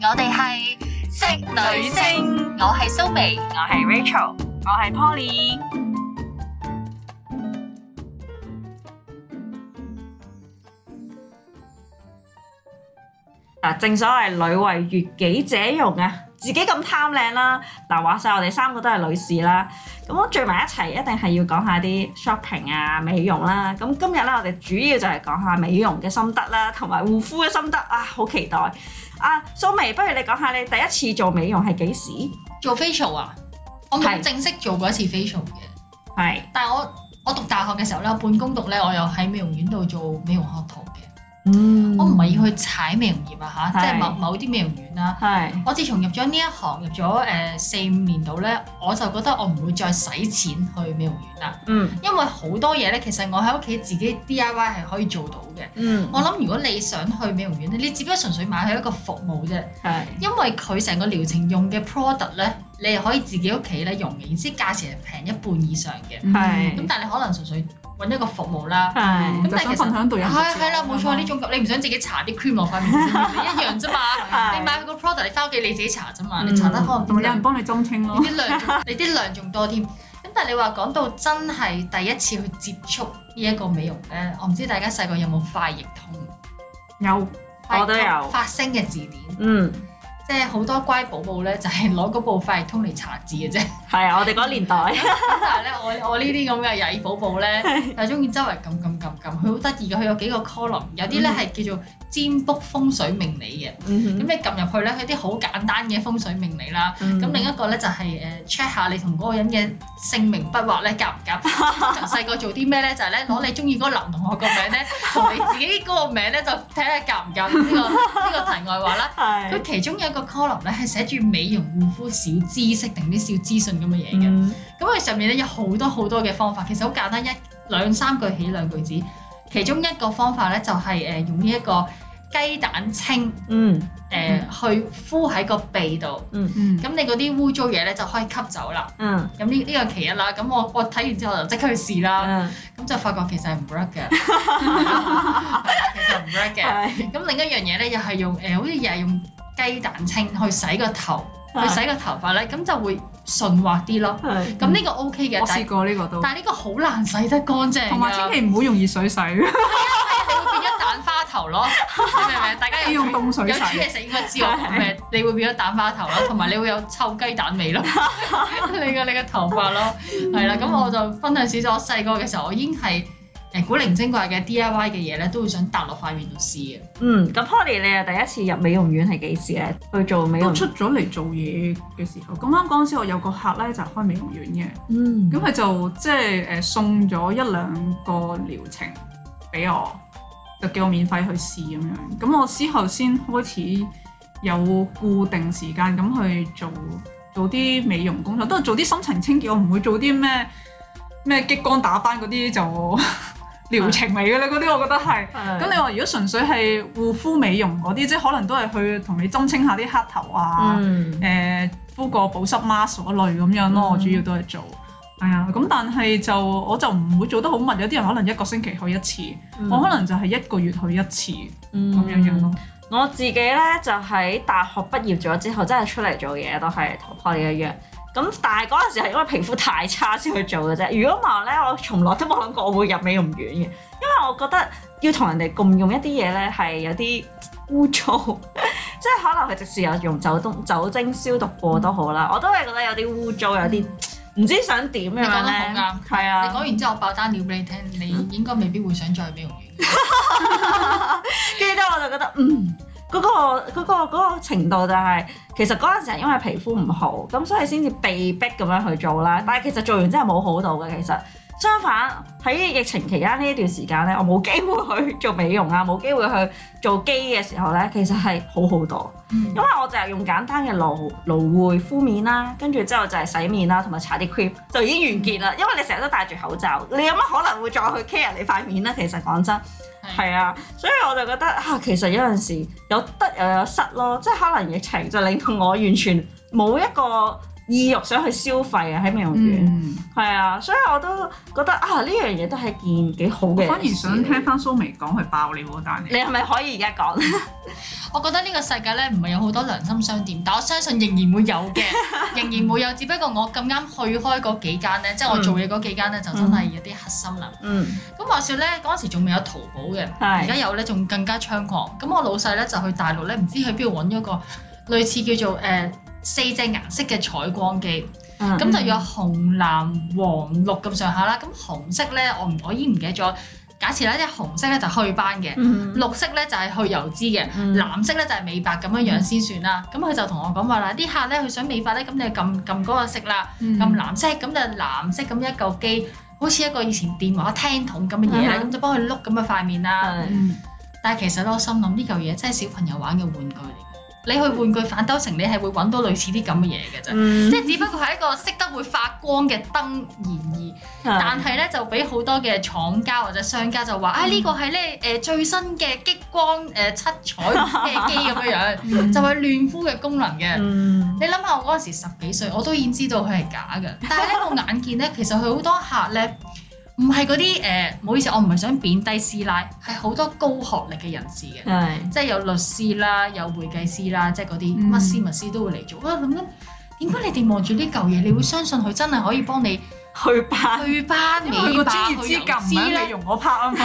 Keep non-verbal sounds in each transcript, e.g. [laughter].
我哋係職女星，我係蘇眉，我係 Rachel，我係 Poly。嗱，啊正所謂女為悅己者容啊，自己咁貪靚啦。嗱，話晒我哋三個都係女士啦，咁我聚埋一齊一定係要講下啲 shopping 啊、美容啦。咁今日咧，我哋主要就係講下美容嘅心得啦，同埋護膚嘅心得啊，好期待！啊，蘇眉，不如你講下你第一次做美容係幾時？做 facial 啊，我冇係正式做過一次 facial 嘅，係但係我我讀大學嘅時候咧，我半工讀咧，我又喺美容院度做美容學徒嘅，嗯我唔係要去踩美容業啊嚇，係即係某某啲美容院啦。係我自從入咗呢一行，入咗誒四五年度咧，我就覺得我唔會再使錢去美容院啦，嗯因為好多嘢咧，其實我喺屋企自己 DIY 係可以做到嘅。嗯我諗如果你想去美容院咧，你只不過純粹買佢一個服務啫，係因為佢成個療程用嘅 product 咧，你係可以自己屋企咧用嘅，然之價錢係平一半以上嘅。Ừ. 係咁但係你可能純粹揾一個服務啦。係嗯咁就但係其想實分享到人哋係係啦，冇錯，呢種你唔想自己搽啲 cream 落塊面先，一樣啫嘛。 [laughs] 係你買佢個 product，你翻屋企你自己搽啫嘛，嗯你搽得可能同埋啲有人量，幫你中清咯你，啲量仲，你啲量仲多添。咁但係你話講到真係第一次去接觸呢一個美容咧，我唔知大家細個有冇快譯通。有我都有發聲嘅字典，嗯即係好多乖寶寶咧，就係攞嗰部快譯通嚟查字嘅 [laughs] 啫。係啊！我哋嗰年代咁但係咧，我我呢啲咁嘅曳寶寶咧，就中意周圍撳撳撳撳，佢好得意嘅，佢有幾個 column，有啲咧係叫做占卜風水命理嘅。咁嗯你撳入去咧，佢啲好簡單嘅風水命理啦。嗯咁另一個咧就係誒 check 下你同嗰個人嘅姓名筆畫咧夾唔 [laughs] 夾。通常細個做啲咩咧，就係咧攞你中意嗰個男同學個名咧，同你自己嗰個名咧就睇下夾唔夾呢個呢個題外話啦。佢係其中有一個 column 咧係寫住美容護膚小知識定啲小資訊咁嘅嘢嘅，嗯咁佢、上面咧有好多好多嘅方法，其實好簡單，一兩三句起兩句止。其中一個方法咧就係、誒用呢一個雞蛋清誒、呃嗯去敷喺個鼻度，嗯咁你嗰啲污糟嘢咧就可以吸走啦。嗯咁呢呢個其一啦，咁我我睇完之後就即刻去試啦，ừ. 咁就發覺其實係唔 work [laughs] 嘅，其實唔 work 嘅。係咁另一樣嘢咧，又係用誒、呃好似又係用雞蛋清去洗個頭，啊去洗個頭髮咧，咁就會順滑啲咯。係咁呢個 O K 嘅我，但試過呢個都，但係呢個好難洗得乾淨㗎，同埋千祈唔好用熱水洗，啊你會變咗蛋花頭 [laughs] 咯，你明唔明？大家要有用凍水有煮洗。嘢食應該知我講咩，你會變咗蛋花頭咯，同埋你會有臭雞蛋 [laughs] 味咯，你個你個頭髮咯，係啦。咁我就分享少少，我細個嘅時候，我已經係誒古靈精怪嘅 D I Y 嘅嘢咧，都會想搭落塊面度試嘅。嗯咁 Poly 你啊第一次入美容院係幾時咧？去做美都容出咗嚟做嘢嘅時候，咁啱嗰陣時，我有個客咧就係開美容院嘅，嗯咁佢就即係誒送咗一兩個療程俾我，就叫我免費去試咁樣。咁我之後先開始有固定時間咁去做做啲美容工作，都係做啲心情清潔，我唔會做啲咩咩激光打斑嗰啲就療程嚟嘅啦，嗰啲我覺得係。咁咁你話如果純粹係護膚美容嗰啲，即係可能都係去同你針清下啲黑頭啊。嗯誒敷個保濕 mask 嗰類咁樣咯，我主要都係做。係啊，咁但係就我就唔會做得好密，有啲人可能一個星期去一次，Ừ. 我可能就係一個月去一次咁樣樣咯。我自己咧就喺大學畢業咗之後，真係出嚟做嘢都係同 Poly 一樣。咁但係嗰陣時係因為皮膚太差先去做嘅啫。如果唔係咧，我從來都冇諗過我會入美容院嘅，因為我覺得要同人哋共用一啲嘢咧係有啲污糟， [laughs] 即係可能佢即使有用酒精酒精消毒過都好啦，我都係覺得有啲污糟，有啲嗯唔知想點樣你講得咧。好啱，係你講啊，嗯完之後，我爆單料俾你聽，你應該未必會想再去美容院。跟住之後我就覺得嗯。嗰、個嗰、個嗰個程度就係、其實嗰陣時係因為皮膚唔好，咁所以先至被逼咁樣去做啦。但係其實做完之後冇好到嘅，其實相反喺疫情期間呢一段時間咧，我冇機會去做美容啊，冇機會去做機嘅時候咧，其實係好好多。因為我就係用簡單嘅蘆蘆薈敷面啦，跟住之後就係洗面啦，同埋搽啲 cream 就已經完結啦。因為你成日都戴住口罩，你有乜可能會再去 care 你塊面咧？其實講真，係啊，所以我就覺得啊，其實有陣時有得又有失咯，即係可能疫情就令到我完全冇一個意欲想去消費啊喺美容院。嗯，係啊，所以我都覺得啊呢樣嘢都係件幾好我嘅。反而想聽，翻蘇眉講佢爆料嗰單嘢。你係咪可以而家講？我覺得呢個世界咧唔係有好多良心商店，但我相信仍然會有 [laughs] 嘅，仍然會有。只不過我咁啱去開嗰幾間咧，即係我做嘢嗰幾間咧，就真係有啲黑心啦。嗯，咁話說咧，嗰陣時仲未有淘寶嘅，而家係，有咧仲更加猖狂。咁我老細咧就去大陸咧，唔知去邊度揾咗個類似叫做誒、呃四隻顏色嘅採光機，嗯咁就有紅、藍、黃、綠咁上下啦。咁紅色咧，我唔我已經唔記得咗。假設咧，即係紅色咧就去斑嘅，嗯綠色咧就係去油脂嘅。嗯藍色咧就係美白咁樣樣先算啦，咁佢就同我講話啦，啲客咧佢想美白咧，咁你就撳撳嗰個色啦，嗯撳藍色，咁就藍色咁一嚿機，好似一個以前電話聽筒咁嘅嘢咧，嗯咁就幫佢碌咁嘅塊面啦。係嗯但係其實咧，我心諗呢嚿嘢真係小朋友玩嘅玩具嚟嘅，你去玩具反斗城，你係會揾到類似啲咁嘅嘢嘅啫，嗯即係只不過係一個識得會發光嘅燈而已。嗯啊但係咧就俾好多嘅廠家或者商家就話啊呢個係咧誒最新嘅激光誒、呃七彩嘅機咁樣樣，就係亂敷嘅功能嘅。嗯你諗下，我嗰陣時十幾歲，我都已經知道佢係假嘅。但係咧，我眼見咧，其實佢好多客咧，唔係嗰啲誒，唔好意思，我唔係想貶低師奶，係好多高學歷嘅人士嘅。係即係有律師啦，有會計師啦，即係嗰啲嗯乜師乜師都會嚟做。我諗緊點解你哋望住呢嚿嘢，你會相信佢真係可以幫你去扮去班美啊因為佢個白專業去油資格唔脂係喺咧美容嗰 part 啊嘛，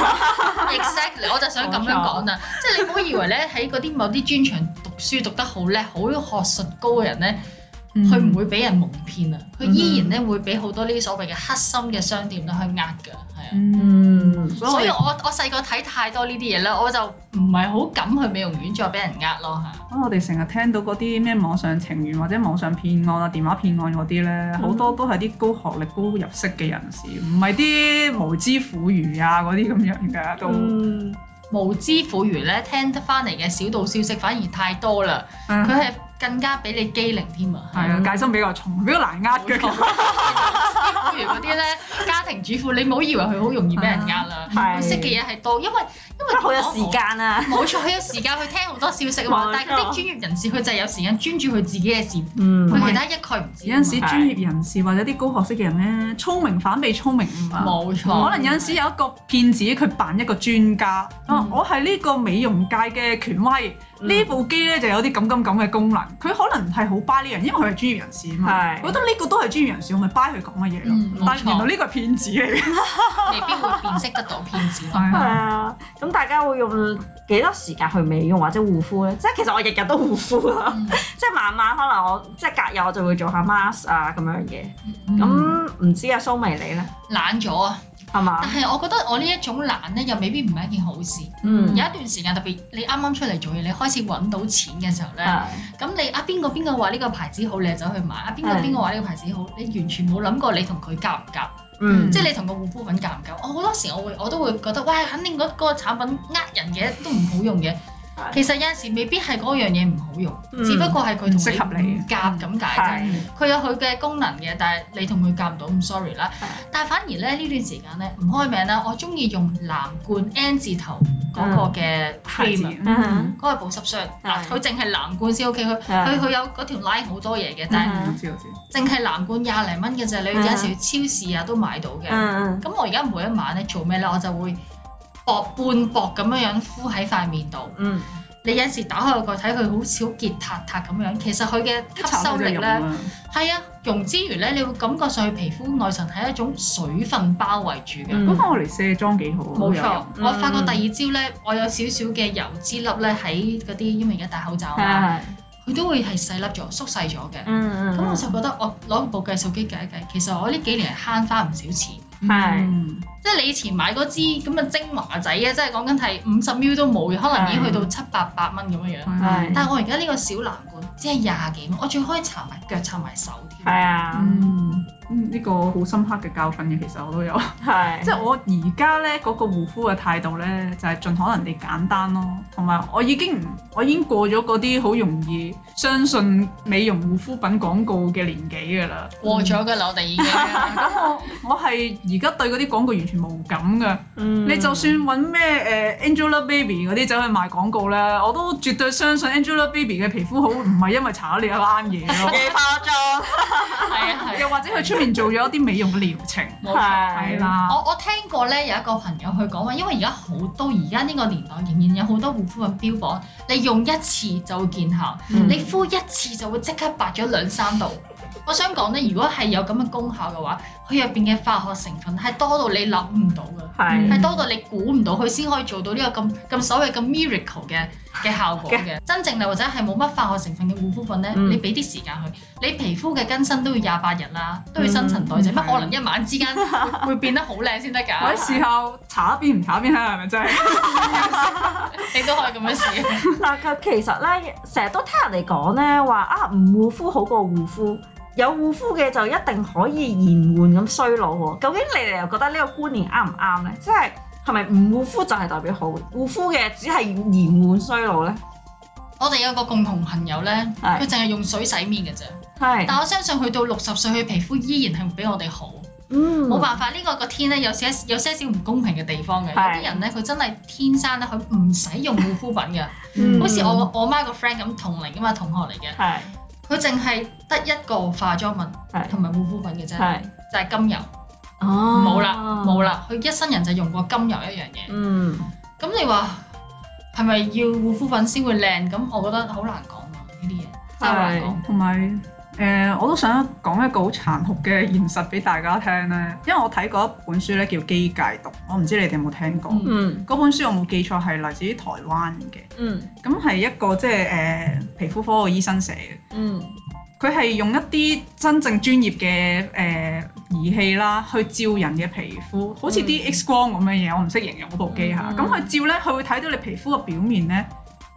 ，exactly，我就想咁樣講啦，即係你唔好以為咧喺嗰啲某啲專長讀書讀得好叻、好學術高嘅人咧，嗯嗯佢唔會俾人蒙騙啊，佢依然咧會俾好多呢啲所謂嘅黑心嘅商店咧去呃㗎，係啊。嗯所所以以我我細個睇太多呢啲嘢啦，我就唔係好敢去美容院再俾人呃咯嚇。咁我哋成日聽到嗰啲咩網上情緣或者網上騙案啊、電話騙案嗰啲咧，好多都係啲高學歷、高入息嘅人士，唔係啲無知婦孺啊嗰啲咁樣㗎都。嗯無知婦孺咧聽得翻嚟嘅小道消息反而太多啦，嗯佢係更加俾你機靈添啊。係啊，戒心比較重，比較難呃嘅。冇不如嗰啲咧家庭主婦，你唔好以為佢好容易俾人呃啦，係佢識嘅嘢係多，因為因為真係好有時。間啊，冇錯，佢有時間去聽好多消息啊嘛冇錯。但係嗰啲專業人士，佢就係有時間專注佢自己嘅事，嗯佢其他一概唔知 [laughs] 有啊嘛。陣時專業人士或者啲高學識嘅人咧，聰明反被聰明誤啊。冇錯，可能有陣時有一個騙子，佢扮一個專家，啊，嗯我係呢個美容界嘅權威，呢部機咧就有啲咁咁咁嘅功能，佢可能係好 buy 呢樣，因為佢係專業人士啊嘛，係我覺得呢個都係專業人士，我咪 buy 佢講嘅嘢嗯咯冇，但錯原來呢個係騙子嚟嘅，未必會辨識得到騙子咯。[laughs] 係係，啊，咁大家會用幾多時間去美容或者護膚咧？即係其實我日日都護膚啦，嗯 [laughs] 即係慢慢可能我即係隔日我就會做下 mask 啊咁樣嘅。嗯咁唔知啊，蘇眉你咧懶咗啊！係嘛但？係我覺得我呢一種懶咧，又未必唔係一件好事。有一嗯，段時間特別你啱啱出嚟做嘢，你開始揾到錢嘅時候咧。係咁你啊邊個邊個話呢個牌子好，你就走去買；啊邊個係邊個話呢個牌子好，你完全冇諗過你同佢夾唔夾，嗯，即係你同個護膚品夾唔夾。我好多時我會我都會覺得，喂，肯定嗰嗰個產品呃人嘅，都唔好用嘅。係其實有陣時未必係嗰樣嘢唔好用，嗯只不過係佢同唔適合你唔夾咁解啫。係佢有佢嘅功能嘅，但係你同佢夾唔到，咁 sorry 啦啊係。但係反而咧呢段時間咧唔開名啦，我中意用藍罐 N 字頭嗰個嘅牌子嗯 cream 啊。嗯嗰個保濕霜，嗱係佢淨係藍罐先 OK，佢啊係佢佢有嗰條 line 好多嘢嘅，但嗯我知我知，係淨係藍罐廿零蚊嘅啫，你有陣時去超市啊都買到嘅。嗯咁我而家每一晚咧做咩咧，我就會薄半薄咁樣樣敷喺塊面度。嗯你有陣時打開個蓋睇佢好似好結塔塔咁樣，其實佢嘅一吸收搽力咧就溶啦，係啊，溶之餘咧，你會感覺上去皮膚內層係一種水分包圍住嘅。嗯嗰個我嚟卸妝幾好啊，冇有錯用，嗯我發覺第二朝咧，我有少少嘅油脂粒咧喺嗰啲，因為而家戴口罩啊嘛。嗯係佢都會係細粒咗、縮細咗嘅。嗯咁我就覺得我攞部計數機計一計，其實我呢幾年係慳翻唔少錢。即係嗯係你以前買嗰支咁嘅精華仔啊，即係講緊係五十 ml 都冇嘅，可能已經去到七八百蚊咁樣樣。係但係我而家呢個小藍罐只係廿幾蚊，我仲可以搽埋腳、搽埋手係添。啊，嗯，嗯呢個好深刻嘅教訓嘅，其實我都有。係即係我而家咧嗰個護膚嘅態度咧，就係、盡可能地簡單咯，同埋我已經唔，我已經過咗嗰啲好容易相信美容護膚品廣告嘅年紀㗎啦。過咗㗎啦，我 [laughs] 哋已經。咁我我係而家對嗰啲廣告完全無感㗎。你嗯你就算揾咩誒 Angelababy 嗰啲走去賣廣告咧，我都絕對相 [laughs] 信 Angelababy 嘅皮膚好唔係因為搽咗你一個啱嘢咯。化妝係啊係 [laughs] 又啊。或者佢出面做咗一啲美容嘅療程，冇錯係係啦，啦，我我聽過咧有一個朋友去講話，因為而家好到而家呢個年代仍然有好多護膚品標榜，你用一次就會見效，嗯你敷一次就會即刻白咗兩三度。我想講咧，如果係有咁嘅功效嘅話，佢入邊嘅化學成分係多到你諗唔到嘅，係係多到你估唔到，佢先可以做到呢個咁咁所謂嘅 miracle 嘅嘅效果嘅。真正你或者係冇乜化學成分嘅護膚品咧，嗯你俾啲時間佢，你皮膚嘅更新都要廿八日啦，都要新陳代謝，嗯乜可能一晚之間會變得好靚先得㗎？我哋試下搽一邊唔搽一邊睇下係咪真係？你都可以咁樣試。嗱，咁其實咧，成日都聽人哋講咧話啊，唔護膚好過護膚，有護膚嘅就一定可以延緩咁衰老喎。究竟你哋又覺得呢個觀念啱唔啱咧？即係係咪唔護膚就係代表好，護膚嘅只係延緩衰老咧？我哋有個共同朋友咧，係佢淨係用水洗面嘅啫，係，但我相信佢到六十歲，佢皮膚依然係比我哋好。嗯，冇辦法，呢、個個天咧有些有些少唔公平嘅地方嘅。係有啲人咧，佢真係天生咧，佢唔使用護膚品嘅。嗯好似我我媽個 friend 咁同齡噶嘛，同學嚟嘅，係佢淨係得一個化妝品係同埋護膚品嘅啫，係，就係金油。哦 [laughs] 冇啦冇啦，佢一生人就用過金油一樣嘢。嗯，咁你話係咪要護膚品先會靚？咁我覺得好難講啊，呢啲嘢真係好難講。同埋誒，我都想講一個好殘酷嘅現實俾大家聽咧，因為我睇過一本書咧叫《機界毒》，我唔知你哋有冇聽過。嗯嗯嗰本書我冇記錯係嚟自於台灣嘅，嗯咁係一個即係誒、皮膚科嘅醫生寫嘅。嗯佢係用一啲真正專業嘅誒、儀器啦，去照人嘅皮膚，好似啲 X 光咁嘅嘢，我唔識形容嗰部機嚇。嗯咁佢、照咧，佢會睇到你皮膚嘅表面咧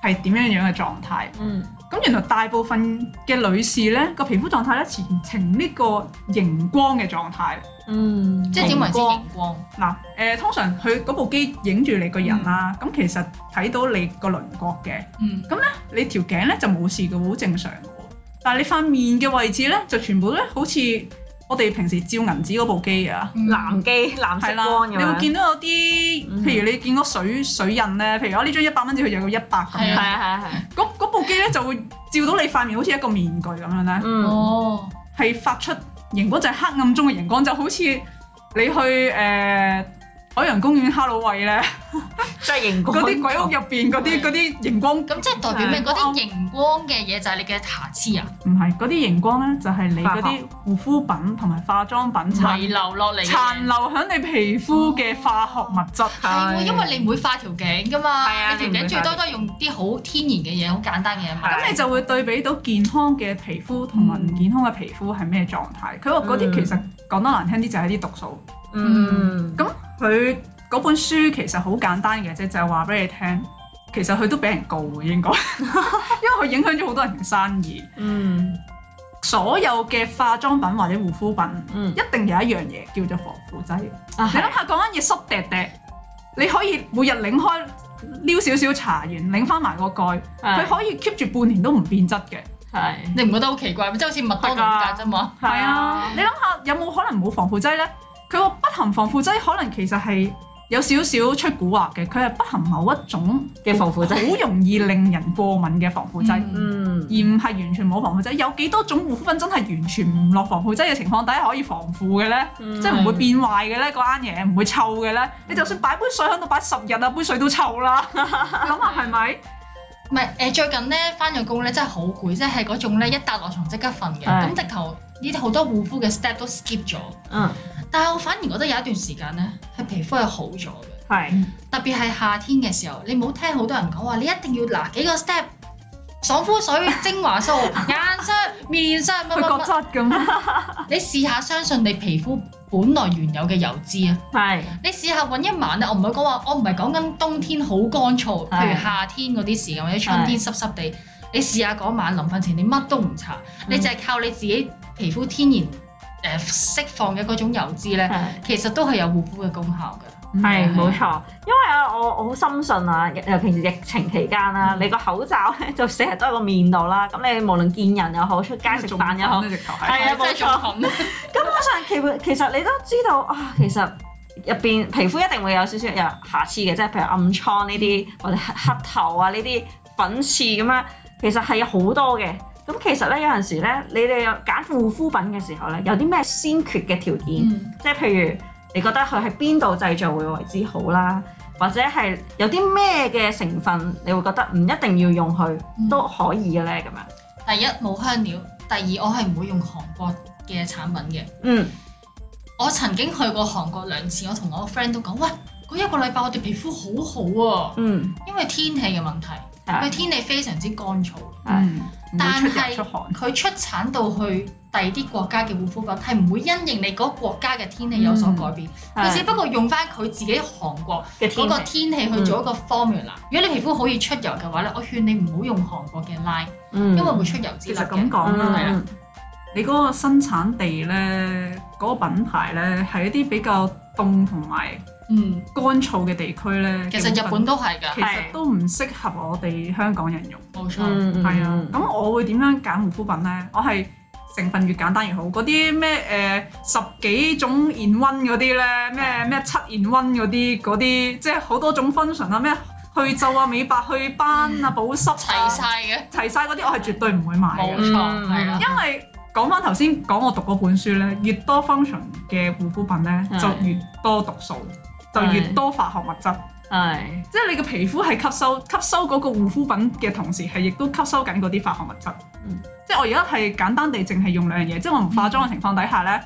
係點樣樣嘅狀態。嗯，咁原來大部分嘅女士咧個皮膚狀態咧呈呈呢個熒光嘅狀態。嗯即係點啊為之熒光熒光？嗱，誒、通常佢嗰部機影住你個人啦，咁、其實睇到你個輪廓嘅，嗯，你條頸咧就冇事嘅，好正常嘅喎。但係你塊面嘅位置咧，就全部咧好似我哋平時照銀紙嗰部機嗯啊，藍肌藍係色啦光，咁你樣會見到有啲，嗯譬如你見到水水印咧，譬如我呢張一百蚊紙，佢就有一百咁係樣，係啊係係，嗰嗰部機咧就會照到你塊面好似一個面具咁樣咧。嗯哦，係發出熒光，就係、黑暗中嘅熒光，就好似你去誒、呃海洋公園哈魯位咧，即係熒光 [laughs] 嗰啲鬼屋入邊嗰啲嗰啲熒光，咁即係代表咩？嗰啲熒光嘅嘢就係你嘅瑕疵啊，唔係嗰啲熒光咧，就係、你嗰啲護膚品同埋化妝品遺殘留落嚟嘅嘢。殘留喺你皮膚嘅化學物質。係喎，因為你唔會化條頸噶嘛，係啊你條你唔頸會最多都係用啲好天然嘅嘢，好簡單嘅嘢嘛。咁你就會對比到健康嘅皮膚同埋唔健康嘅皮膚係咩狀態？佢話嗰啲其實講得難聽啲就係啲毒素。嗯佢嗰本書其實好簡單嘅啫，就係話俾你聽，其實佢都俾人告嘅應該，因為佢影響咗好多人嘅生意。嗯所有嘅化妝品或者護膚品，嗯一定有一樣嘢叫做防腐劑。啊你諗下講緊嘢濕滴滴，你可以每日擰開撩少少搽完，擰翻埋個蓋，佢可以 keep 住半年都唔變質嘅。係你唔覺得好奇怪咩？即係好似麥當勞咁啫嘛。係啊，你諗下有冇可能冇防腐劑呢？佢個不含防腐劑可能其實係有少少出古惑嘅，佢係不含某一種嘅防腐劑，好容易令人過敏嘅防腐劑，嗯嗯而唔係完全冇防腐劑。有幾多種護膚品真係完全唔落防腐劑嘅情況底下可以防腐嘅呢？嗯即係唔會變壞嘅呢，嗰間嘢唔會臭嘅呢。你就算擺杯水喺度擺十日啊，杯水都臭 [laughs] 啦。諗下係咪？唔係誒，最近咧翻咗工咧真係好攰，即係嗰種咧一笪落床即刻瞓嘅。係咁直頭呢啲好多護膚嘅 step 都 skip 咗，嗯但係我反而覺得有一段時間咧係皮膚係好咗嘅。係特別係夏天嘅時候，你唔好聽好多人講話，你一定要嗱幾個 step，爽膚水、精華素、眼霜、面霜乜佢乜角乜。質 [laughs] 咁。啊你試下相信你皮膚本來原有嘅油脂啊！係你試下揾一晚啊咧，我唔會講話，我唔係講緊冬天好乾燥，譬如係夏天嗰啲時間或者春天濕濕地，你試下嗰晚臨瞓前你乜都唔搽，嗯你就係靠你自己皮膚天然誒、呃、釋放嘅嗰種油脂咧，係。其實都係有護膚嘅功效嘅。係冇錯，因為啊，我我好深信啊，尤其是疫情期間啦，你個口罩咧就成日都喺個面度啦，咁你無論見人又好，出街食飯又好，直頭係。係啊真係冇仲冚根本上其實其實你都知道啊，其實入邊皮膚一定會有少少有瑕疵嘅，即係譬如暗瘡呢啲，或者黑黑頭啊呢啲粉刺咁樣，其實係有好多嘅。咁其實咧有陣時咧，你哋有揀護膚品嘅時候咧，有啲咩先決嘅條件？嗯，即係譬如你覺得佢喺邊度製造會為之好啦，或者係有啲咩嘅成分你會覺得唔一定要用佢嗯都可以嘅咧咁樣。第一冇香料，第二我係唔會用韓國嘅產品嘅。嗯，我曾經去過韓國兩次，我同我 friend 都講，喂，嗰一個禮拜我哋皮膚好好、喎，嗯，因為天氣嘅問題，係佢天氣非常之乾燥，嗯，唔會但出係入出汗，佢出產到去第二啲國家嘅護膚品係唔會因應你嗰個國家嘅天氣有所改變，佢、只係不過用翻佢自己韓國嘅嗯嗰天個氣。天氣去做一個 formula、如果你皮膚好易出油嘅話咧，我勸你唔好用韓國嘅 line，嗯因為會出油脂其粒實嘅。咁講啦。係啊啦嗯，你嗰個生產地咧，嗰、個品牌咧係一啲比較凍同埋嗯，乾燥嘅地區咧。其實日本都係其㗎，實都唔適合我哋香港人用，冇錯。嗯，係啊嗯。咁我會點樣揀護膚品咧？我係成分越簡單越好。嗰啲咩誒十幾種 in one 嗰啲咧，嗯咩咩七 in one 嗰啲嗰啲，即係好多種 function 啊，咩去皺啊、美白、去斑啊、嗯保濕齊啊，晒嘅，齊晒嗰啲，我係絕對唔會買冇。嘅嗯錯，係啦。因為講翻頭先講我讀嗰本書咧，越多 function 嘅護膚品咧，係就越多毒素，就係越多化學物質。係即係你嘅皮膚係吸收吸收嗰個護膚品嘅同時，係亦都吸收緊嗰啲化學物質。嗯即係我而家係簡單地淨係用兩樣嘢，即係我唔化妝嘅情況底下咧，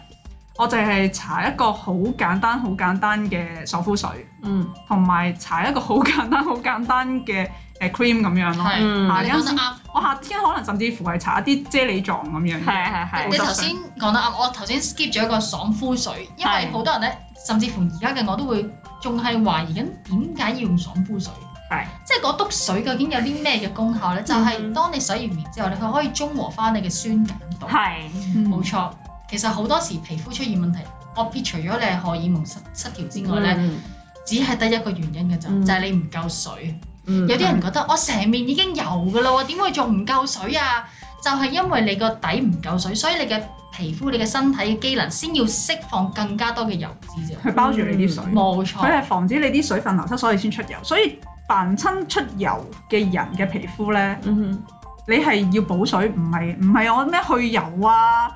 我就係搽一個好簡單、好簡單嘅爽膚水，嗯同埋搽一個好簡單、好簡單嘅誒 cream 咁樣咯。係，嗯啊你有講陣得時啱。我夏天可能甚至乎係搽一啲啫喱狀咁樣嘅。係係係你頭先講得啱，我頭先 skip 咗一個爽膚水，因為係好多人咧，甚至乎而家嘅我都會仲係懷疑緊點解要用爽膚水，係嗯即係嗰督水究竟有啲咩嘅功效咧？就係當你洗完面之後咧，佢可以中和翻你嘅酸鹼度。係嗯冇錯，其實好多時皮膚出現問題，我撇除咗你係荷爾蒙失失調之外咧，嗯只係得一個原因嘅咋，嗯就係你唔夠水。嗯有啲人覺得哦我成面已經油㗎啦喎，點會仲唔夠水啊？就係因為你個底唔夠水，所以你嘅皮膚、你嘅身體嘅機能先要釋放更加多嘅油脂啫。佢包住你啲水，冇嗯佢錯，係防止你啲水分流失，所以先出油。所以凡親出油嘅人嘅皮膚咧，嗯你係要補水，唔係唔係我咩去油啊，誒、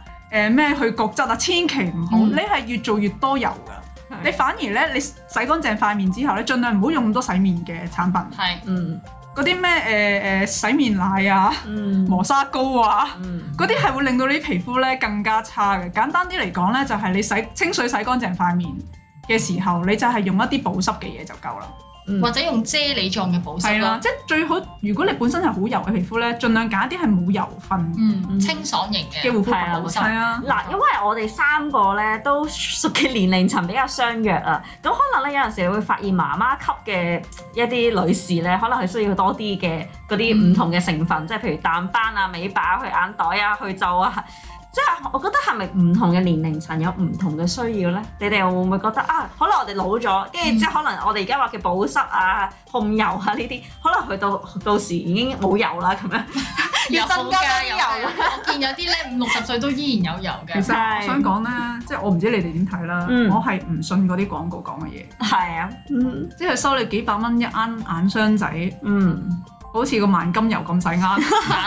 咩去角質啊，千祈唔好，嗯你係越做越多油㗎。係你反而咧，你洗乾淨塊面之後咧，盡量唔好用咁多洗面嘅產品，係嗯嗰啲咩誒誒洗面奶啊、嗯磨砂膏啊，嗯嗰啲係會令到你皮膚咧更加差嘅。簡單啲嚟講咧，就係你洗清水洗乾淨塊面嘅時候，你就係用一啲保濕嘅嘢就夠啦。嗯或者用啫喱狀嘅保濕係啦，啦，即係最好，如果你本身係好油嘅皮膚咧，盡量揀一啲係冇油分嗯，嗯清爽型嘅嘅，護膚係啊品。係啊，嗱，因為我哋三個咧都屬嘅年齡層比較相若啊，咁可能咧有陣時你會發現媽媽級嘅一啲女士咧，可能佢需要多啲嘅嗰啲唔同嘅成分，即係譬如淡斑啊、美白啊、去眼袋啊、去皺啊， [laughs] 即係我覺得係咪唔同嘅年齡層有唔同嘅需要咧？你哋會唔會覺得啊？可能我哋老咗，跟住之後可能我哋而家話嘅保濕啊、控油啊呢啲，可能去到到時已經冇油啦咁樣， [laughs] 要好增加多㗎啲有油㗎。我見有啲咧五六十歲都依然有油其嘅，實係我想講咧，即係我唔知你哋點睇啦，嗯我係唔信嗰啲廣告講嘅嘢，係啊，嗯即係收你幾百蚊一啱眼霜仔，嗯。好似個萬金油咁細啱，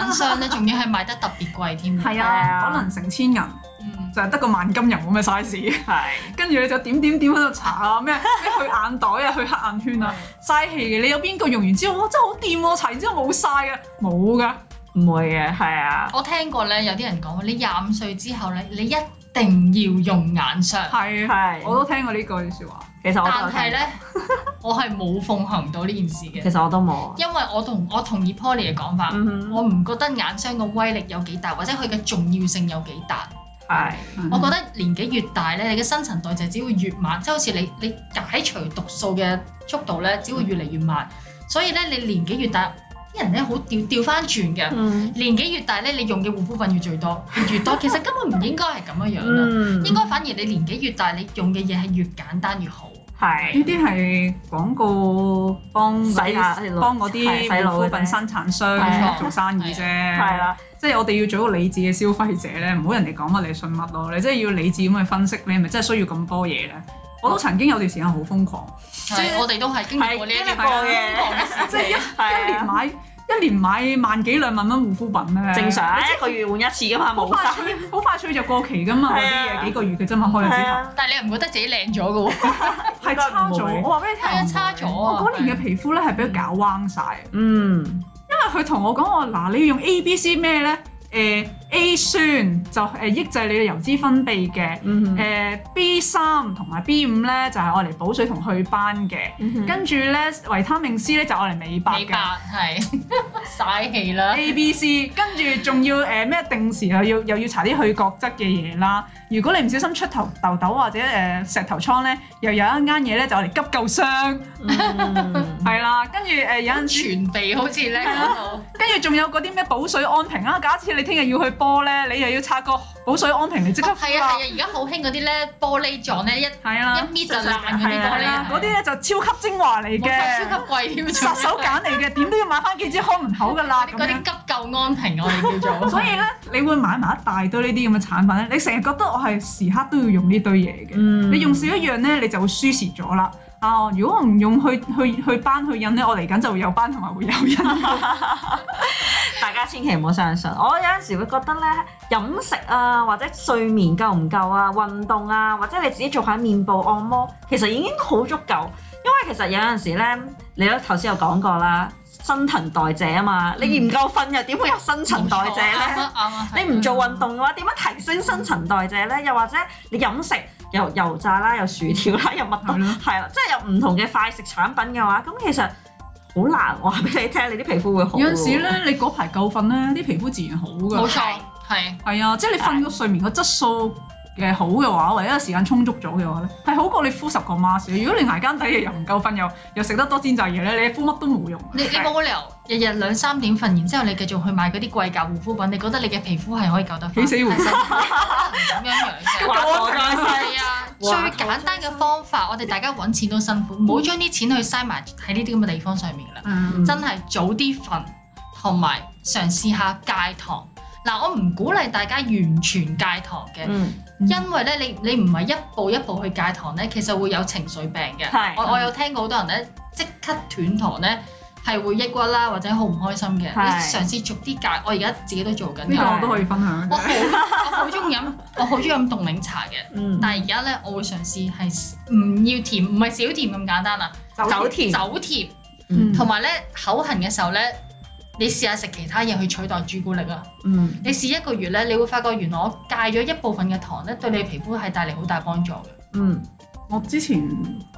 眼霜咧仲要係賣得特別貴添。 [laughs] 係係啊啊，可能成千人嗯，就係得個萬金油咁嘅 size， [laughs] 係，跟住你就點點點喺度搽啊，咩咩去眼袋啊，去黑眼圈啊，嘥氣嘅。你有邊個用完之後，哇真係好掂喎，搽完之後冇晒嘅，冇㗎，唔會嘅，係啊，我聽過咧，有啲人講你廿五歲之後咧，你一定要用眼霜。係啊，係。我都聽過呢句説話。其實我都有但係聽，咧， [laughs] 我係冇奉行到呢件事嘅其，實我都冇。因為我同我同意 Poly 嘅講法，嗯哼，我唔覺得眼霜嘅威力有幾大，或者佢嘅重要性有幾大。係，嗯我覺得年紀越大咧，你嘅新陳代謝只會越慢，即係好似你你解除毒素嘅速度咧，只會越嚟越慢。所以咧，你年紀越大，啲人咧好調調翻轉嘅。嗯年紀越大咧，你用嘅護膚品越最多，越越多。其實根本唔應該係咁樣樣啦，嗯應該反而你年紀越大，你用嘅嘢係越簡單越好。呢係，啲係廣告幫嗰洗下係啲咯幫嗰係啲洗腦護嘅啫膚品生產係商啊做生意啫，係啦，即係我哋要做一個理智嘅消費者咧，唔好人哋講乜你信乜咯，你即係要理智咁去分析，你係咪真係需要咁多嘢咧？我都曾經有段時間好瘋狂， [laughs] 係，我哋都係經歷過呢一係經歷啲過嘅瘋狂嘅事即係一情。一係年啊，買一一年買萬幾兩萬蚊護膚品咧，正常啊一個月換一次噶嘛，好冇快晒。脆， [laughs] 好快脆就過期噶嘛，嗰係啲啊嘢幾個月嘅啫嘛，開咗係之後。啊，但係你又唔覺得自己靚咗嘅喎？係差應該咗，唔會我話俾你聽，係啊，差咗我啊！嗰年嘅皮膚咧係俾佢搞彎晒，嗯，因為佢同我講話嗱，你要用 A、B、C 咩咧？誒 A 酸就誒抑制你嘅油脂分泌嘅，嗯哼誒 B 三同埋 B 五咧就係愛嚟補水同去斑嘅，嗯哼跟住咧維他命 C 咧就愛嚟美白美白嘅。係 [laughs] 嘥氣啦， A、B、C，跟住仲要誒咩、定時又要又要搽啲去角質嘅嘢啦。如果你唔小心出頭痘痘或者誒、石頭瘡咧，又有一間嘢咧就愛嚟急救傷，嗯係啦。跟住誒有陣時。全鼻好似咧嗰度，跟住仲有嗰啲咩補水安瓶啊！假設你聽日要去波咧，你又要拆個補水安瓶，你即刻哦係啊係啊！而家好興嗰啲咧玻璃狀咧，一一係啦，搣就爛嗰啲係啊玻係啦璃，嗰啲咧就超級精華嚟冇錯超嘅，級貴添，殺手鐧嚟嘅，點都要買翻幾支開門口噶 [laughs] 啦嗰啲咁嗰啲樣。急救安瓶我哋叫做， [laughs] 所以咧，你會買埋一大堆呢啲咁嘅產品咧，你成日覺得我係時刻都要用呢堆嘢嘅，嗯你用少一樣咧，你就會輸蝕咗啦。啊！如果我唔用去 [laughs] 去去斑去印咧，我嚟緊就會有斑同埋會有印。大家千祈唔好相信。我有陣時會覺得咧，飲食啊，或者睡眠夠唔夠啊，運動啊，或者你自己做下面部按摩，其實已經好足夠。因為其實有陣時咧，你都頭先有講過啦，新陳代謝啊嘛，你嗯唔夠瞓又點會有新陳代謝 [laughs] 冇錯啱咧？啊啱啊係你唔做運動嘅話，點樣提升新陳代謝咧？又或者你飲食又油炸啦，又薯條啦， [laughs] 又麥當係咯係啊啦，即係有唔同嘅快食產品嘅話，咁其實好難話俾你聽，你啲皮膚會好。有陣時，咧，你嗰排夠瞓咧，啲皮膚自然好㗎。冇錯哦係。係啊，即係你瞓個睡眠個質素嘅好嘅話，或者時間充足咗嘅話咧，係好過你敷十個 mask 嘅。如果你捱更抵夜又唔夠瞓，又又食得多煎炸嘢咧，你敷乜都冇用。你你冇理由日日兩三點瞓，然之後你繼續去買嗰啲貴價護膚品，你覺得你嘅皮膚係可以救得翻？起死回生係咁樣樣嘅。話我再細係啊，最哇簡單嘅方法，我哋大家揾錢都辛苦，唔好將啲錢去嘥埋喺呢啲咁嘅地方上面啦。嗯真係早啲瞓，同埋嘗試下戒糖。嗱，我唔鼓勵大家完全戒糖嘅，嗯。因為咧你你唔係一步一步去戒糖咧，其實會有情緒病嘅係。嗯我我有聽過好多人咧即刻斷糖咧。係會抑鬱啦，或者好唔開心嘅。你係嘗試逐啲戒，我而家自己都做緊呢個㗎。我都可以分享我嘅。好我好中意飲，我好中意飲凍檸茶嘅。嗯，但係而家咧，我會嘗試係唔要甜，唔係少甜咁簡單啦，走甜走甜。嗯同埋咧口痕嘅時候咧，你試下食其他嘢去取代朱古力啊！嗯你試一個月咧，你會發覺原來我戒咗一部分嘅糖咧，對你皮膚係帶嚟好大幫助嘅。嗯，我之前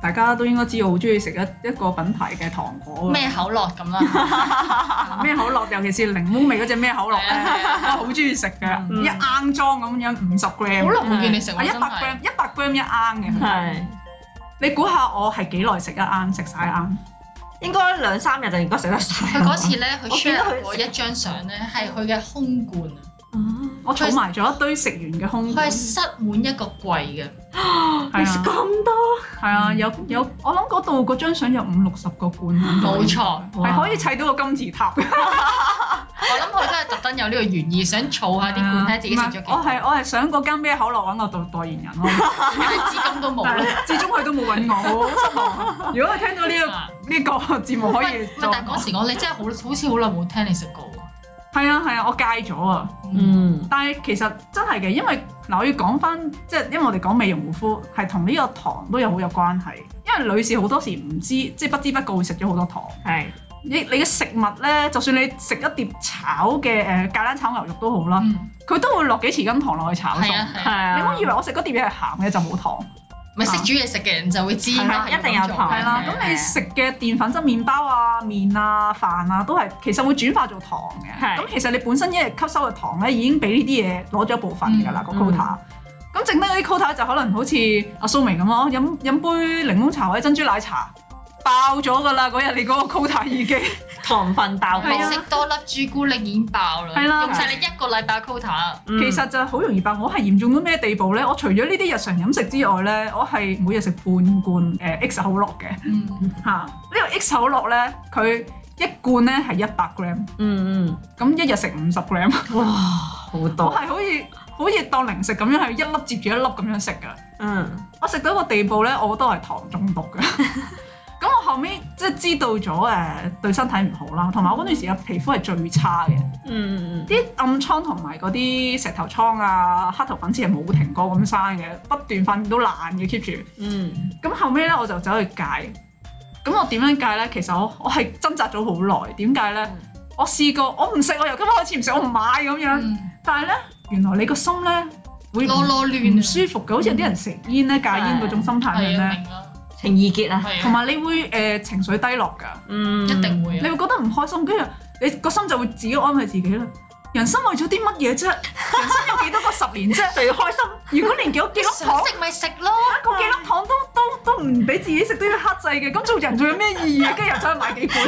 大家都應該知我好中意食一一個品牌嘅糖果嘅咩口樂咁啦，咩口樂，尤其是檸檬味嗰只咩口樂係咧，啊係啊我好中意食嗯嘅，一盎裝咁樣五十 gram，好耐冇見你食啊喎，一真百 gram 係。一百 gram 一盎嘅。係你估下我係幾耐食一盎？食晒一盎？應該兩三日就應該食得晒。佢嗰次咧，佢我記得 share 佢過一張相咧，係佢嘅空罐啊，嗯我儲埋咗一堆食完嘅空佢係罐，塞滿一個櫃嘅。係你食啊，咁多，係啊，有有，我諗嗰度嗰張相有五六十個罐，冇錯，係可以砌到個金字塔嘅。我諗佢都係特登有呢個原意，想儲下啲罐，睇下自己食咗幾啊唔係我多，係我係想嗰間咩可樂揾我做代言人咯，但係資金都冇但啦。係至終佢都冇揾我，好 [laughs] 失望。如果佢聽到呢啊個呢個節目可以喂做，但係嗰時我你真係好好似好耐冇聽你食過喎。係啊係啊，我戒咗啊。嗯但係其實真係嘅，因為嗱，我要講翻，即係因為我哋講美容護膚係同呢個糖都有好有關係，因為女士好多時唔知，即係不知不覺會食咗好多糖。係你你嘅食物咧，就算你食一碟炒嘅誒、呃、芥蘭炒牛肉都好啦，嗯，佢都會落幾匙羹糖落去炒餸。係啊係係啊，你唔啊好以為我食嗰碟嘢係鹹嘅就冇糖，咪識煮嘢食嘅人就會知係啦啦，係啊一定有咁做糖嘅係啦。咁你食嘅澱粉質、麵包啊、麵啊、飯啊，都係其實會轉化做糖嘅。係咁其實你本身一日吸收嘅糖咧，已經俾呢啲嘢攞咗一部分㗎啦，個嗯 quota。咁剩低嗰啲 quota 就可能好似阿蘇明咁咯，飲飲杯檸檬茶或者珍珠奶茶，爆咗㗎啦！嗰日你嗰個 quota 已經。糖分爆煲。咪食多粒朱古力已經爆啦，係啦用晒你一個禮拜 quota。嗯其實就好容易爆。我係嚴重到咩地步咧？我除咗呢啲日常飲食之外咧，我係每日食半罐誒、呃 X 口樂嘅嗯，嚇。呢、個 X 口樂咧，佢一罐咧係一百 gram，嗯嗯，咁一日食五十 gram。哇，好我多。係好似好似當零食咁樣，係一粒接住一粒咁樣食㗎。嗯我食到一個地步咧，我都係糖中毒嘅。咁我後尾即即係知道咗誒對身體唔好啦，同埋我嗰段時間皮膚係最差嘅，嗯，啲暗瘡同埋嗰啲石頭瘡啊、黑頭粉刺係冇停過咁生嘅，不斷瞓到爛嘅 keep 住。嗯，咁後尾咧我就走去戒。咁我點樣戒咧？其實我 [laughs] 我係掙扎咗好耐。點解咧嗯？我試過，我唔食，我由今日開始唔食，我唔買咁樣。嗯但係咧，原來你個心咧會囉唔囉唔亂啊舒服嘅，好似有啲人食煙咧戒煙嗰種心態咁係啊，咧，明啦，情意結啊，係同啊，埋你會誒、呃情緒低落㗎。嗯，一定會你啊，會覺得唔開心，跟住你個心就會自己安慰自己啦。人生為咗啲乜 [laughs] 嘢啫？人生有幾多個十年啫？最開心，如果連幾多幾粒糖啊想，食咪食咯，啊嗰幾粒糖都都都唔俾自己食，都要克制嘅，咁做人仲有咩意義啊？跟住又走去買 [laughs] 幾罐，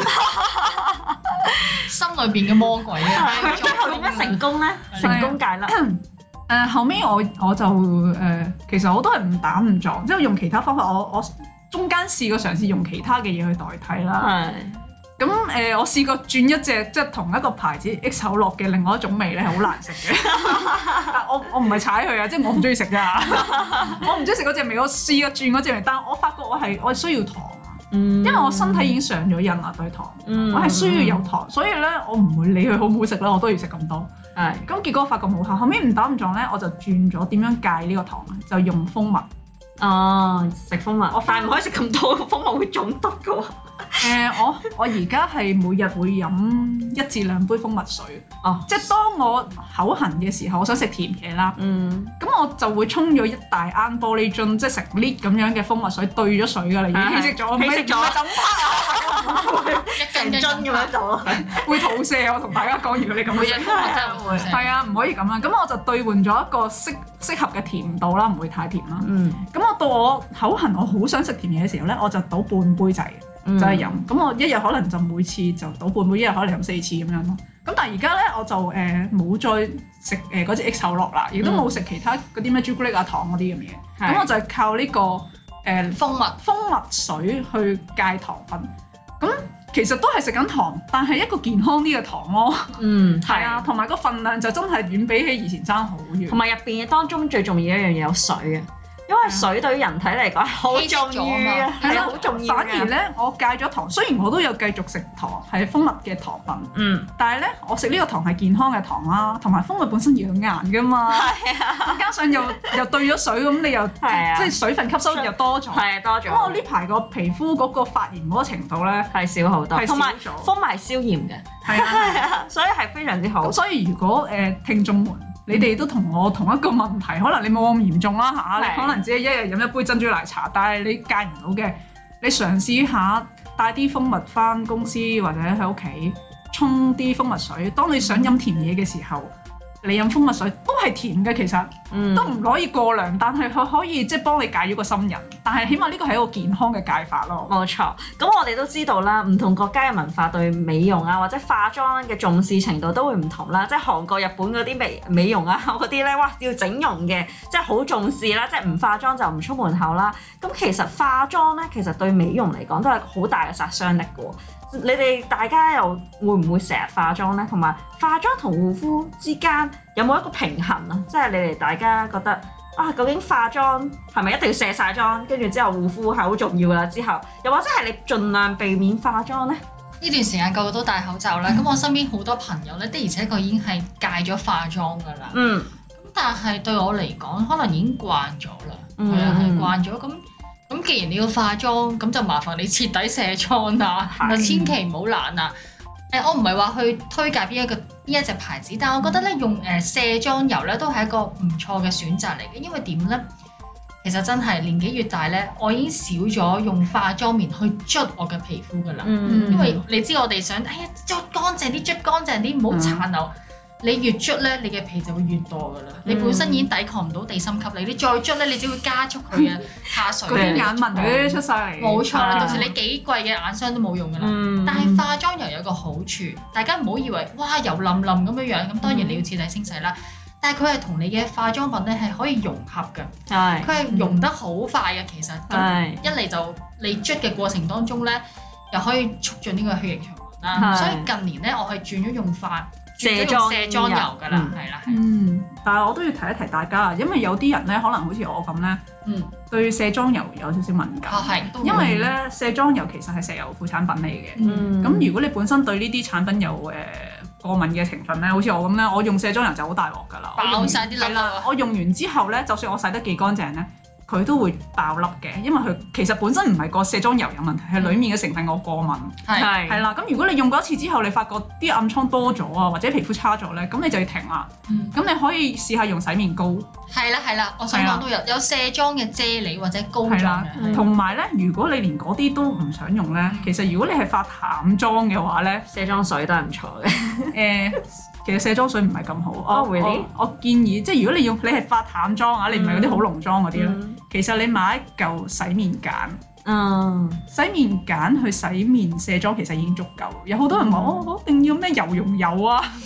心裏邊嘅魔鬼啊，最後點樣成功咧？係成功戒啦，誒、後尾我我就誒、其實我都係唔打唔撞，即係用其他方法。我我中間試過嘗試用其他嘅嘢去代替啦。係咁誒、我試過轉一隻即係同一個牌子 X 口樂嘅另外一種味咧，係好難食嘅。但我我唔係踩佢啊，即係我唔中意食咋。我唔中意食嗰隻味，我試過轉嗰隻味，但我發覺我係我係需要糖啊，因因為我身體已經上咗癮啦對糖。嗯我係需要有糖，所以咧我唔會理佢好唔好食啦，我都要食咁多。係咁結果發覺冇效，後尾唔打唔撞咧，我就轉咗點樣戒呢個糖咧，就用蜂蜜。哦，食蜂蜜我，但係唔可以食咁多，蜂蜜會中毒噶喎。誒、呃我我而家係每日會飲一至兩杯蜂蜜水，哦，即係當我口痕嘅時候，我想食甜嘢啦，嗯，咁我就會沖咗一大罌玻璃樽，即係成 lit 咁樣嘅蜂蜜水兌咗水㗎啦，已經稀釋咗，唔啊稀係釋咗唔係就一成樽斤一咁斤樣做咯。會吐瀉。我同大家講，如果你咁每日樣食都真係會食，係啊，唔可以咁啦。咁我就兌換咗一個適適合嘅甜度啦，唔會太甜啦。嗯，咁我到我口痕，我好想食甜嘢嘅時候咧，我就倒半杯仔嗯就係飲。咁、我一日可能就每次就倒半杯，一日可能飲四次咁樣咯。咁但係而家咧，我就誒冇、再食誒嗰隻 X 口樂啦，亦都冇食其他嗰啲咩朱古力啊、糖嗰啲咁嘅嘢。嗯係咁我就係靠呢、個誒、蜂蜜蜂蜜水去戒糖分。咁其實都係食緊糖，但係一個健康啲嘅糖咯。嗯，係啊，。同埋個份量就真係遠比起以前爭好遠同。埋入邊嘅當中最重要一樣嘢有水嘅，因嗯為水對於人體嚟講係好重要嘅，稀釋咗啊嘛係啊，好重要反而嘅。咧，我戒咗糖，雖然我都有繼續食糖，係蜂蜜嘅糖品，嗯，但係咧，我食呢個糖係健康嘅糖啦，同埋蜂蜜本身養顏噶嘛，加上又又兌咗水，咁你又即啊係啊係水分吸收又多咗。係啊多咁我咗呢，排個皮膚嗰個發炎嗰個程度咧，係少好多，係少同埋咗封埋消炎嘅，係啊。 [laughs] 所以係非常之好咁。所以如果誒、呃、聽眾們，你哋都同我同一個問題，可能你冇咁嚴重啦嚇，係你可能只係一日飲一杯珍珠奶茶，但係你戒唔到嘅，你嘗試下帶啲蜂蜜翻公司或者喺屋企沖啲蜂蜜水。當你想飲甜嘢嘅時候，你飲蜂蜜水都係甜嘅，其實嗯都唔可以過量，但係佢可以即係幫你戒咗個心癮。但係起碼呢個係一個健康嘅戒法咯。冇錯，咁我哋都知道啦，唔同國家嘅文化對美容啊或者化妝嘅重視程度都會唔同啦。即係韓國、日本嗰啲美美容啊嗰啲咧，哇要整容嘅，即係好重視啦，即係唔化妝就唔出門口啦。咁其實化妝咧，其實對美容嚟講都係好大嘅殺傷力嘅喎。你哋大家又會唔會成日化妝咧？同埋化妝同護膚之間有冇一個平衡啊？即係你哋大家覺得啊，究竟化妝係咪一定要卸晒妝，跟住之後護膚係好重要㗎啦？之後又或者係你盡量避免化妝咧？呢段時間個個都戴口罩啦，咁我身邊好多朋友咧，的而且確已經係戒咗化妝噶啦。嗯，咁但係對我嚟講，可能已經慣咗啦，嗯係啊，嗯係慣咗。咁咁既然你要化妝，咁就麻煩你徹底卸妝啦，係就千祈唔好懶啦。誒，我唔係話去推介邊一個邊一隻牌子，但我覺得咧用誒卸妝油咧都係一個唔錯嘅選擇嚟嘅，因為點咧？其實真係年紀越大咧，我已經少咗用化妝棉去捽我嘅皮膚噶啦。嗯因為你知我哋想，哎呀，捽乾淨啲，捽乾淨啲，唔好殘留。你越捽咧，你嘅皮就會越多噶啦。你本身已經抵抗唔到地心吸力，你再捽咧，你只會加速佢嘅下垂。嗰啲眼紋嗰啲出晒嚟，嗯冇錯啦，啊到時你幾貴嘅眼霜都冇用噶啦。嗯但係化妝又有個好處，大家唔好以為哇油淋淋咁樣樣，咁當然你要徹底清洗啦。但係佢係同你嘅化妝品咧係可以融合嘅，係佢係溶得好快嘅其實。咁係一嚟就你捽嘅過程當中咧，又可以促進呢個血液循環係啦。所以近年咧，我係轉咗用化卸妝卸妝油㗎啦，嗯係啦，係啦嗯，但係我都要提一提大家啊，因為有啲人咧，可能好似我咁咧，嗯，對卸妝油有少少敏感，啊係，都會嗯因為咧卸妝油其實係石油副產品嚟嘅。嗯嗯咁、如果你本身對呢啲產品有誒、呃、過敏嘅情分咧，好似我咁咧，我用卸妝油就好大鑊㗎啦，我用爆晒啲粒係粒啊啦，我用完之後咧，就算我洗得幾乾淨咧，佢都會爆粒嘅，因為佢其實本身唔係個卸妝油有問題，係裡面嘅成分我過敏。嗯係係啦，咁如果你用過一次之後，你發覺啲暗瘡多咗啊，或者皮膚差咗咧，咁你就要停啦。嗯咁你可以試下用洗面膏，係啦係啦，我想係啦講都有有卸妝嘅啫喱或者膏狀係啦嘅，嗯係同埋咧，如果你連嗰啲都唔想用咧，其實如果你係化淡妝嘅話 [laughs] 咧，卸妝水都係唔錯嘅，誒、其實卸妝水唔係咁好。 Oh, 我 really？嗯我我建議，即係如果你用你係化淡妝啊，你唔係嗰啲好濃妝嗰啲咧，其實你買一嚿洗面梘。嗯，洗面梘去洗面卸妝其實已經足夠，有好多人話我、我一定要咩油溶油啊， [laughs]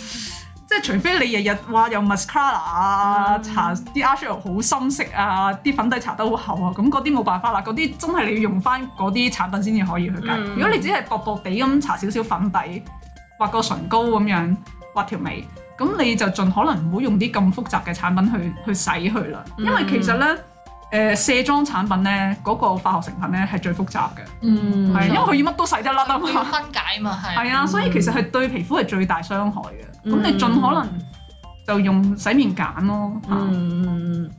即係除非你日日話用 mascara 啊，搽啲 eyeshadow 好深色啊，啲粉底搽得好厚啊，咁嗰啲冇辦法啦，嗰啲真係你要用翻嗰啲產品先至可以去解。嗯如果你只係薄薄地咁搽少少粉底，畫個唇膏咁樣，畫條眉，咁你就盡可能唔好用啲咁複雜嘅產品去去洗佢啦，因為其實咧。誒、卸妝產品咧，嗰、個化學成分咧係最複雜嘅，嗯係、冇因錯為佢要乜都洗得甩啊佢要嗯嘛，分解嘛係，係啊，所以其實係對皮膚係最大傷害嘅。咁、嗯你盡可能就用洗面梘咯，嚇嗯，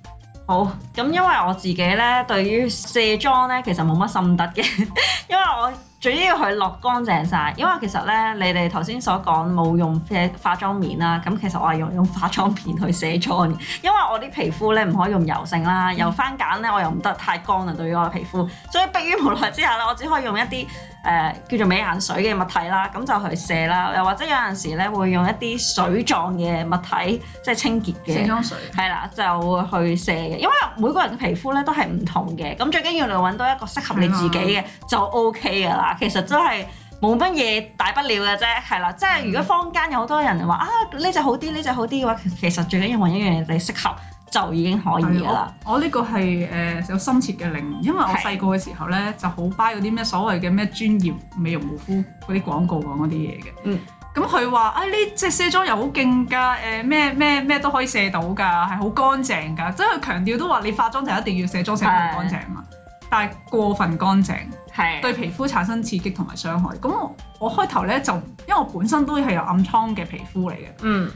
好。咁因為我自己咧，對於卸妝咧，其實冇乜心得嘅， [laughs] 因為我最緊要佢落乾淨晒。因為其實咧，你哋頭先所講冇用卸化妝棉啦，咁其實我係用用化妝棉去卸妝嘅， [laughs] 因為我啲皮膚咧唔可以用油性啦，油番梘咧我又唔得太乾啊啦，對於我嘅皮膚，所以迫於無奈之下咧，我只可以用一啲誒、呃叫做美顏水嘅物體啦，咁就去卸啦，又或者有陣時咧會用一啲水狀嘅物體，即係清潔嘅卸。妝水。係啦，就會去卸嘅，因為每個人嘅皮膚咧都係唔同嘅，咁最緊要你揾到一個適合你自己嘅就 OK 噶啦。其實真係冇乜嘢大不了嘅啫，係啦，即係如果坊間有好多人話啊呢只好啲，呢只好啲嘅話，其其實最緊要揾一樣嘢你適合就已經可以係啊噶啦。我我呢個係誒、有深切嘅領悟，因為我係細個嘅時候咧就好 buy 嗰啲咩所謂嘅咩專業美容護膚嗰啲廣告啊講嗰啲嘢嘅。嗯咁佢話：啊呢隻卸妝油好勁㗎，誒咩咩咩都可以卸到㗎，係好乾淨㗎。即係佢強調都話你化妝就一定要卸妝卸得好乾淨嘛，但係過分乾淨係，對皮膚產生刺激同埋傷害。咁我我開頭咧就因為我本身都係有暗瘡嘅皮膚嚟嘅。嗯，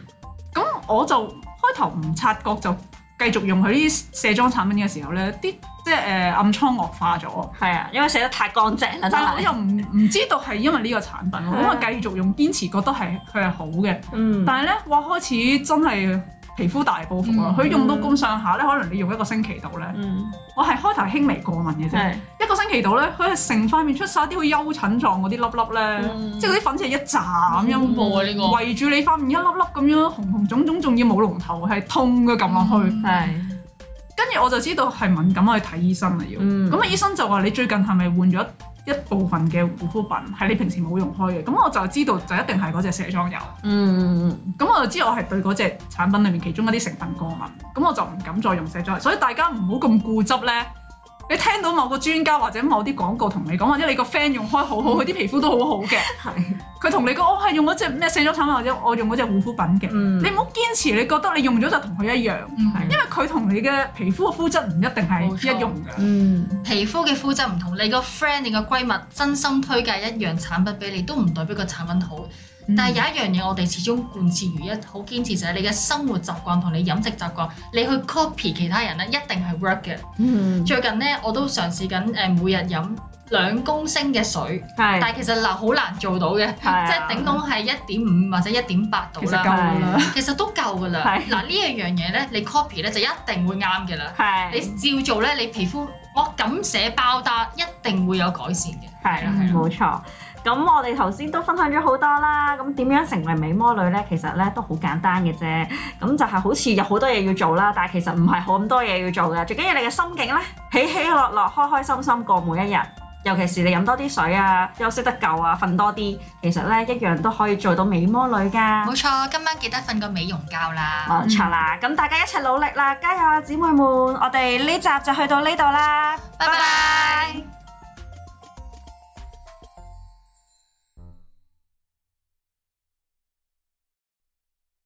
咁我就開頭唔察覺就繼續用佢啲卸妝產品嘅時候咧，啲即係誒、呃暗瘡惡 [laughs] 化咗。係啊，因為卸得太乾淨啦，真但係係。我啊又唔唔知道係因為呢個產品喎，咁啊繼續用，堅持覺得係佢係好嘅。嗯，但係咧，哇開始真係皮膚大報復啦！嗯佢、用到咁上下咧，可能你用一個星期度咧，嗯，我係開頭輕微過敏嘅啫，係，一個星期度咧，佢係成塊面出晒啲好似丘疹狀嗰啲粒粒咧，嗯即係嗰啲粉刺係一扎咁樣恐怖啊呢個圍住你塊面一粒粒咁樣紅紅腫腫，仲要冇龍頭，係痛嘅撳落去。嗯係，跟住我就知道係敏感，我去睇醫生啦要。嗯咁啊、醫生就話你最近係咪換咗一部分嘅護膚品，係你平時冇用開嘅？咁我就知道就一定係嗰隻卸妝油。嗯，咁我就知我係對嗰隻產品裏面其中一啲成分過敏，咁我就唔敢再用卸妝油。所以大家唔好咁固執咧。你聽到某個專家或者某啲廣告同你講，或者你個 friend 用開好好，佢啲皮膚都好好嘅，係，佢同你講我係用嗰隻咩卸妝產品或者我用嗰隻護膚品嘅，嗯你唔好堅持，你覺得你用咗就同佢一樣。嗯係因為佢同你嘅皮膚嘅膚質唔一定係冇錯一樣嘅。嗯，皮膚嘅膚質唔同，你個 friend、你個閨蜜真心推介一樣產品俾你，都唔代表個產品好。嗯嗯但係有一樣嘢，我哋始終貫徹如一，好堅持就係你嘅生活習慣同你飲食習慣，你去 copy 其他人咧，一定係 work 嘅。嗯，最近咧，我都嘗試緊誒每日飲兩公升嘅水，但係，係其實嗱好難做到嘅，係啊即係頂籠係一點五或者一點八度其實夠啦，㗎啦，其實都夠㗎啦。係嗱呢一樣嘢咧，你 copy 咧就一定會啱嘅啦。係，你照做咧，你皮膚我敢寫包單，一定會有改善嘅。係啊啦係啦嗯冇錯。咁我哋頭先都分享咗好多啦，咁點樣成為美魔女呢？其實呢都好簡單嘅啫，咁就係好似有好多嘢要做啦，但係其實唔係好咁多嘢要做嘅，最緊要你嘅心境呢，起起落落，開開心心過每一日。尤其是你飲多啲水啊，休息得夠啊，瞓多啲，其實呢一樣都可以做到美魔女㗎。哦冇錯，今晚記得瞓個美容覺啦。嗯冇錯啦，咁大家一齊努力啦，加油啊，姊妹們！我哋呢集就去到呢度啦，拜拜